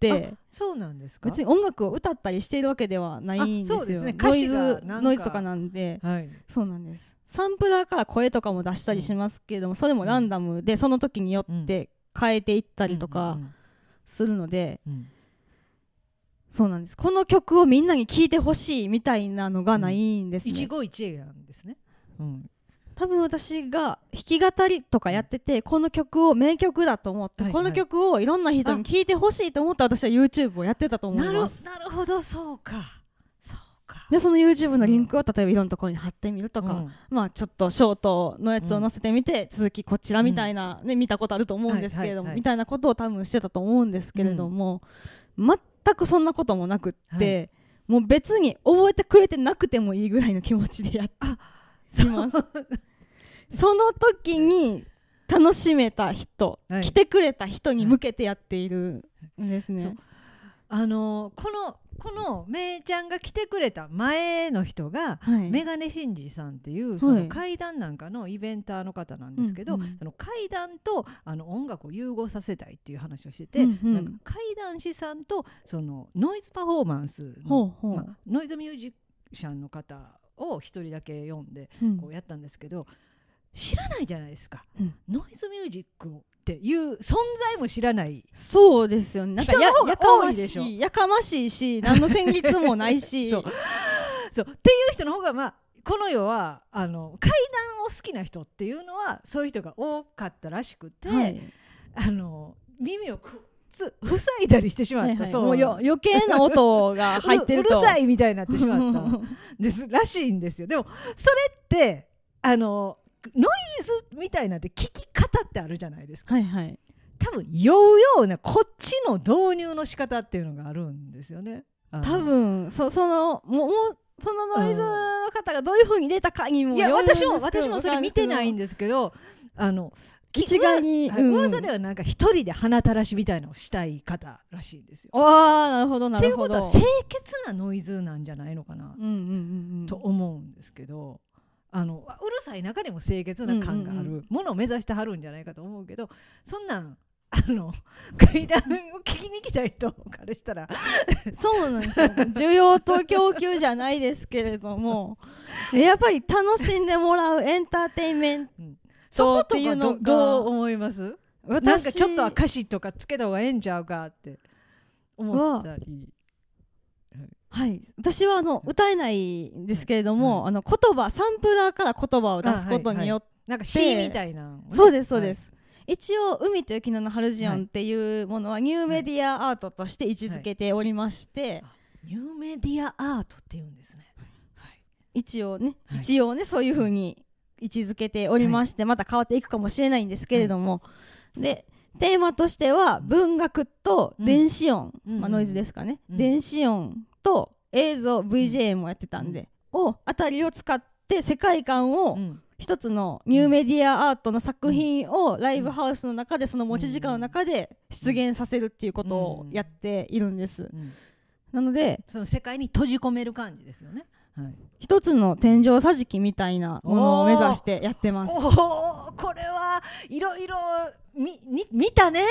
[SPEAKER 2] て
[SPEAKER 1] あそうなんですか
[SPEAKER 2] 別に音楽を歌ったりしているわけではないんです
[SPEAKER 1] あ
[SPEAKER 2] よ
[SPEAKER 1] そうですね歌
[SPEAKER 2] ノイ
[SPEAKER 1] 詞が
[SPEAKER 2] ズ
[SPEAKER 1] なんか
[SPEAKER 2] ノイズとかなんで
[SPEAKER 1] はい
[SPEAKER 2] そうなんですサンプラーから声とかも出したりしますけれども、それもランダムでその時によって変えていったりとかするので、
[SPEAKER 1] うんうんうん
[SPEAKER 2] そうなんですこの曲をみんなに聴いてほしいみたいなのがないんですね、
[SPEAKER 1] 一期一会なんですね、うん
[SPEAKER 2] 多分私が弾き語りとかやってて、この曲を名曲だと思って、
[SPEAKER 1] はい
[SPEAKER 2] この曲をいろんな人に聴いてほしいと思って私は YouTube をやってたと思
[SPEAKER 1] ないる
[SPEAKER 2] ます
[SPEAKER 1] なるほどそうかそうか
[SPEAKER 2] でその YouTube のリンクを例えばいろんなところに貼ってみるとか、
[SPEAKER 1] うん
[SPEAKER 2] まあちょっとショートのやつを載せてみて、続きこちらみたいな、ね見たことあると思うんですけれども、
[SPEAKER 1] はいはいはい
[SPEAKER 2] みたいなことを多分してたと思うんですけれども、全くそんなこともなくって、もう別に覚えてくれてなくてもいいぐらいの気持ちでやっています。
[SPEAKER 1] [laughs]
[SPEAKER 2] その時に楽しめた人、
[SPEAKER 1] はい
[SPEAKER 2] 来てくれた人に向けてやっているんですね。
[SPEAKER 1] そうあのこのこのめいちゃんが来てくれた前の人が、
[SPEAKER 2] はい
[SPEAKER 1] メガネシンジさんっていうそ
[SPEAKER 2] は
[SPEAKER 1] の
[SPEAKER 2] い
[SPEAKER 1] 階段なんかのイベンターの方なんですけど、
[SPEAKER 2] うんうん
[SPEAKER 1] その階段とあの音楽を融合させたいっていう話をしてて、
[SPEAKER 2] うんうん
[SPEAKER 1] なんか階段師さんとそのノイズパフォーマンスの
[SPEAKER 2] ほうほう、
[SPEAKER 1] まあ、ノイズミュージシャンの方を一人だけ読んで
[SPEAKER 2] うん
[SPEAKER 1] こうやったんですけど、知らないじゃないですか、
[SPEAKER 2] うん
[SPEAKER 1] ノイズミュージックをっていう存在も知らない
[SPEAKER 2] そうですよねなんかや
[SPEAKER 1] 人の方が
[SPEAKER 2] やか
[SPEAKER 1] 多
[SPEAKER 2] ま
[SPEAKER 1] いでしょ
[SPEAKER 2] しいやかましいし何の戦律もないし
[SPEAKER 1] [laughs] そうそうっていう人の方がまあこの世はあの階段を好きな人っていうのはそういう人が多かったらしくて、
[SPEAKER 2] はい
[SPEAKER 1] あの耳をこうつ塞いだりしてしま
[SPEAKER 2] は
[SPEAKER 1] っ
[SPEAKER 2] い
[SPEAKER 1] た、
[SPEAKER 2] はい、
[SPEAKER 1] そう
[SPEAKER 2] もうよ余計な音が入ってると。
[SPEAKER 1] [laughs] ううるさいみたいになってしまったですらしいんですよでもそれってあのノイズみたいなんて聞き方ってあるじゃないですか
[SPEAKER 2] [laughs] はいはい
[SPEAKER 1] 多分酔うようなこっちの導入の仕方っていうのがあるんですよねあの
[SPEAKER 2] 多分そそのもうもうそのノイズの方がどういう風に出たかにも
[SPEAKER 1] いや
[SPEAKER 2] よるんで
[SPEAKER 1] 私
[SPEAKER 2] すけど
[SPEAKER 1] も私もそれ見てないん
[SPEAKER 2] で
[SPEAKER 1] ですけどあの
[SPEAKER 2] 一概に
[SPEAKER 1] はい
[SPEAKER 2] うん
[SPEAKER 1] 噂ではなんか一人で鼻たらしみたいのをしたい方らしいんですよ。
[SPEAKER 2] ああなるほどな
[SPEAKER 1] ってい
[SPEAKER 2] る
[SPEAKER 1] うこ
[SPEAKER 2] ほ
[SPEAKER 1] と
[SPEAKER 2] ど
[SPEAKER 1] は清潔なノイズなんじゃないのかな
[SPEAKER 2] うんうんうんうん
[SPEAKER 1] と思うんですけどあのうるさい中でも清潔な感があ
[SPEAKER 2] うんうん
[SPEAKER 1] るものを目指してはるんじゃないかと思うけどそんなんあの [laughs] 階段を聞きに来た人からしたら
[SPEAKER 2] そうなんですよ需要と供給じゃないですけれど [laughs] もえやっぱり楽しんでもらうエンターテインメント
[SPEAKER 1] そこと
[SPEAKER 2] っていう
[SPEAKER 1] か
[SPEAKER 2] の
[SPEAKER 1] ど
[SPEAKER 2] が
[SPEAKER 1] どう思います
[SPEAKER 2] 私
[SPEAKER 1] なんかちょっとは歌詞とかつけた方がええんちゃうかって思ったり。
[SPEAKER 2] はい、私はあの歌えないんですけれども、
[SPEAKER 1] は
[SPEAKER 2] あの言葉サンプラーから言葉を出すことによって、
[SPEAKER 1] なんか詩みたいなのをね、
[SPEAKER 2] そうですそう
[SPEAKER 1] は
[SPEAKER 2] で
[SPEAKER 1] い
[SPEAKER 2] す、一応「海と雪のハルジオン」っていうものはニューメディアアートとして位置づけておりまして、
[SPEAKER 1] ニューメディアアートって言うんですね。
[SPEAKER 2] 一応ね、
[SPEAKER 1] はい
[SPEAKER 2] 一応ねそういう風に位置づけておりまして、また変わっていくかもしれないんですけれども、でテーマとしては文学と電子音、
[SPEAKER 1] うん
[SPEAKER 2] まあ、ノイズですかね、
[SPEAKER 1] うん
[SPEAKER 2] 電子音と映像 VJ もやってたんで、をあたりを使って世界観を
[SPEAKER 1] ん、
[SPEAKER 2] 一つのニューメディアアートの作品をライブハウスの中でその持ち時間の中で出現させるっていうことをやっているんです。なので
[SPEAKER 1] その世界に閉じ込める感じですよね。はい、
[SPEAKER 2] 一つの天井桟敷みたいなものを目指してやってます。
[SPEAKER 1] おお、これはいろいろみに見たね。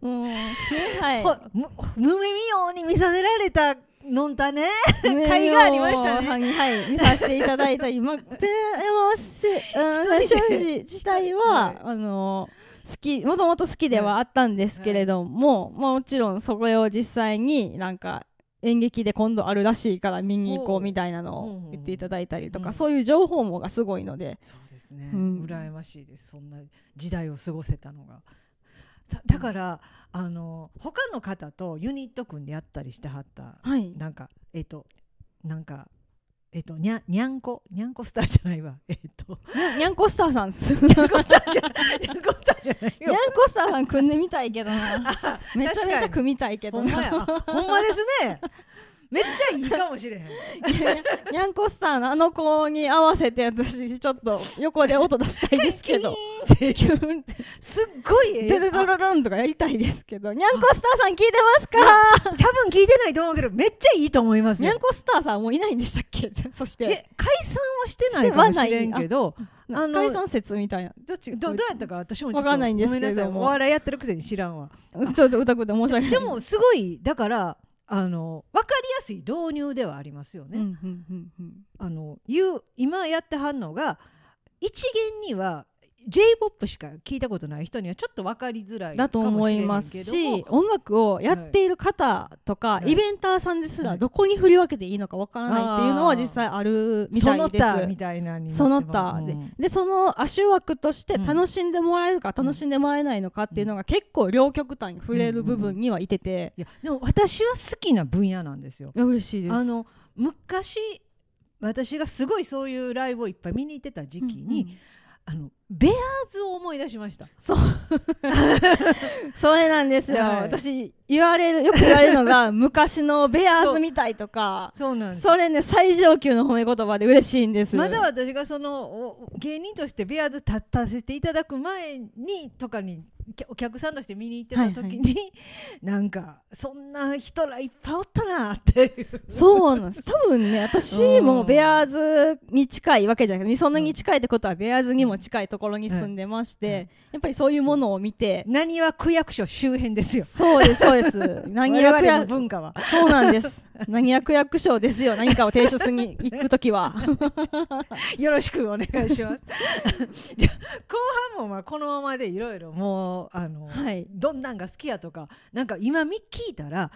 [SPEAKER 2] もうねはい
[SPEAKER 1] ほむ無耳ように見させられたのんたね。
[SPEAKER 2] ね
[SPEAKER 1] 甲斐がありましたね
[SPEAKER 2] もうはい、はい見させていただいたり、まあ、寺山せ、うん、
[SPEAKER 1] 一人で
[SPEAKER 2] 俊二自体は、
[SPEAKER 1] はい
[SPEAKER 2] あの。好き、もともと好きではあったんですけれども、まあ、もちろん、それを実際になんか。演劇で今度あるらしいから見に行こ
[SPEAKER 1] お
[SPEAKER 2] う
[SPEAKER 1] う
[SPEAKER 2] みたいな
[SPEAKER 1] うんうん
[SPEAKER 2] の
[SPEAKER 1] う
[SPEAKER 2] を
[SPEAKER 1] ん
[SPEAKER 2] 言っていただいたりと
[SPEAKER 1] う
[SPEAKER 2] か
[SPEAKER 1] ん
[SPEAKER 2] そういう情報網がすごいので
[SPEAKER 1] そうですね。
[SPEAKER 2] うん
[SPEAKER 1] 羨ましいです。そんな時代を過ごせたのが。だだから、あの他の方とユニット組んでやったりしてはった
[SPEAKER 2] はい
[SPEAKER 1] なんかえっ、となんかえっ、とにゃにゃんこにゃんこスターじゃないわ [laughs] えっ、と
[SPEAKER 2] にゃんこスターさ
[SPEAKER 1] [laughs]
[SPEAKER 2] んですにゃんこスター
[SPEAKER 1] にゃんこスターじゃないよ
[SPEAKER 2] さん組んでみたいけどなめちゃめちゃ組みたいけ
[SPEAKER 1] ほ
[SPEAKER 2] ど
[SPEAKER 1] んま
[SPEAKER 2] な
[SPEAKER 1] やあほんまですねめっちゃいいかもしれへん
[SPEAKER 2] [laughs] いやいやにゃんこスターのあの子に合わせて私ちょっと横で音出したいです
[SPEAKER 1] [laughs]
[SPEAKER 2] けどキュンって
[SPEAKER 1] すっごいええ
[SPEAKER 2] デデドロロンとかやりたいですけどにゃんこスターさん聞いてますか
[SPEAKER 1] 多分聞いてないと思うけどめっちゃいいと思います
[SPEAKER 2] にゃ
[SPEAKER 1] よ
[SPEAKER 2] んこスターさんもういないんでしたっけ [laughs] そして
[SPEAKER 1] え解散はしてないかもしれんけどあ
[SPEAKER 2] なん
[SPEAKER 1] の
[SPEAKER 2] か解散説みたいなどっち
[SPEAKER 1] どどうやったか私もちょっと
[SPEAKER 2] わかんないんですけれども
[SPEAKER 1] ごめんなさいお笑いやってるくせに知らんわ
[SPEAKER 2] ちょっと歌くて申し訳ない
[SPEAKER 1] でもすごいだからあの分かりやすい導入ではありますよね、
[SPEAKER 2] うんうんうんうん
[SPEAKER 1] あの言う今やってはんのが一元には j p o p しか聞いたことない人にはちょっと分かりづらい
[SPEAKER 2] [laughs] だと
[SPEAKER 1] かも
[SPEAKER 2] 思
[SPEAKER 1] れへ
[SPEAKER 2] い
[SPEAKER 1] ん
[SPEAKER 2] ます
[SPEAKER 1] け
[SPEAKER 2] し
[SPEAKER 1] ども
[SPEAKER 2] 音楽をやっている方とか、
[SPEAKER 1] はい
[SPEAKER 2] イベンターさんです
[SPEAKER 1] は
[SPEAKER 2] ら
[SPEAKER 1] い
[SPEAKER 2] どこに振り分けていいのかわからないっていうのは実際あるみたいで
[SPEAKER 1] そ
[SPEAKER 2] す
[SPEAKER 1] の他みたいなになってます
[SPEAKER 2] その他
[SPEAKER 1] うん
[SPEAKER 2] ででその足枠として
[SPEAKER 1] うん
[SPEAKER 2] 楽しんでもらえるか
[SPEAKER 1] ん
[SPEAKER 2] 楽しんでもらえないのかっていうのが結構両極端に触れる部分にはいてて、
[SPEAKER 1] いやでも私は好きな分野なんですよ
[SPEAKER 2] いや嬉しいです
[SPEAKER 1] あの昔私がすごいそういうライブをいっぱい見に行ってた時期に、
[SPEAKER 2] うんうん
[SPEAKER 1] あのベアーズを思い出しました
[SPEAKER 2] そうそれなんですよ、
[SPEAKER 1] はい
[SPEAKER 2] 私言われるよく言われるのが昔のベアーズみたいとか
[SPEAKER 1] そうなんです
[SPEAKER 2] それね最上級の褒め言葉で嬉しいんです
[SPEAKER 1] まだ私がそのお芸人としてベアーズ立たせていただく前にとかにきゃお客さんとして見に行ってた時に、 [laughs] なんかそんな人らいっぱいおったなっていう [laughs]
[SPEAKER 2] そうなんです多分ね私
[SPEAKER 1] う
[SPEAKER 2] も
[SPEAKER 1] ん
[SPEAKER 2] ベアーズに近いわけじゃなくてみそのに近いってことはベアーズにも近いところに住んでまして、
[SPEAKER 1] はいはい
[SPEAKER 2] やっぱりそういうものを見て
[SPEAKER 1] なにわ区役所周辺ですよ
[SPEAKER 2] そうですそうです
[SPEAKER 1] [laughs]
[SPEAKER 2] 何役
[SPEAKER 1] 我々の
[SPEAKER 2] や
[SPEAKER 1] 文化は
[SPEAKER 2] そうなんです何役役所で
[SPEAKER 1] [laughs]
[SPEAKER 2] すよ何かを提出しに行くときは
[SPEAKER 1] よろしくお願いします
[SPEAKER 2] [laughs]
[SPEAKER 1] じゃあ後半もまあこのままでいろいろもうあの、
[SPEAKER 2] はい
[SPEAKER 1] どんなんが好きやとかなんか今み聞いたら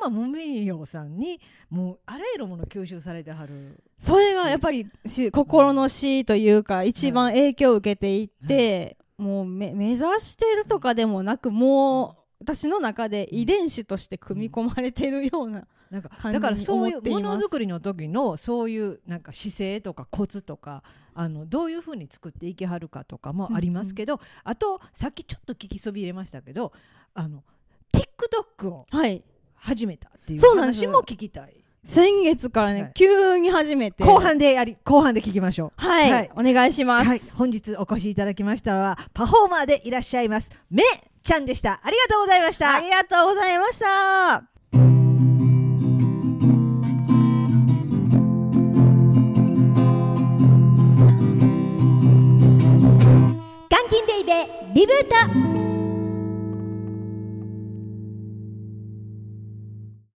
[SPEAKER 1] 本間無名誉さんにもうあらゆるもの吸収されてはる
[SPEAKER 2] それがやっぱりし心の死というか一番影響を受けていって、もうめ目指してるとかでもなくもう私の中で遺伝子として組み込まれてるような
[SPEAKER 1] なんか
[SPEAKER 2] 感じ
[SPEAKER 1] だ
[SPEAKER 2] に
[SPEAKER 1] からそういう
[SPEAKER 2] 思ってい
[SPEAKER 1] も
[SPEAKER 2] ます
[SPEAKER 1] のづくりの時のそういうなんか姿勢とかコツとかあのどういうふうに作っていきはるかとかもありますけど、あとさっきちょっと聞きそびれましたけどあの TikTok を
[SPEAKER 2] はい
[SPEAKER 1] 始めたっていう
[SPEAKER 2] そうなんです
[SPEAKER 1] 話も聞きたい
[SPEAKER 2] 先月からね、
[SPEAKER 1] はい
[SPEAKER 2] 急に始めて
[SPEAKER 1] 後半でやり後半で聞きましょう。
[SPEAKER 2] はい、
[SPEAKER 1] はい
[SPEAKER 2] お願いします、
[SPEAKER 1] はい、本日お越しいただきましたはパフォーマーでいらっしゃいますめちゃんでしたありがとうございました
[SPEAKER 2] ありがとうございました
[SPEAKER 3] 監禁ベイベーリブート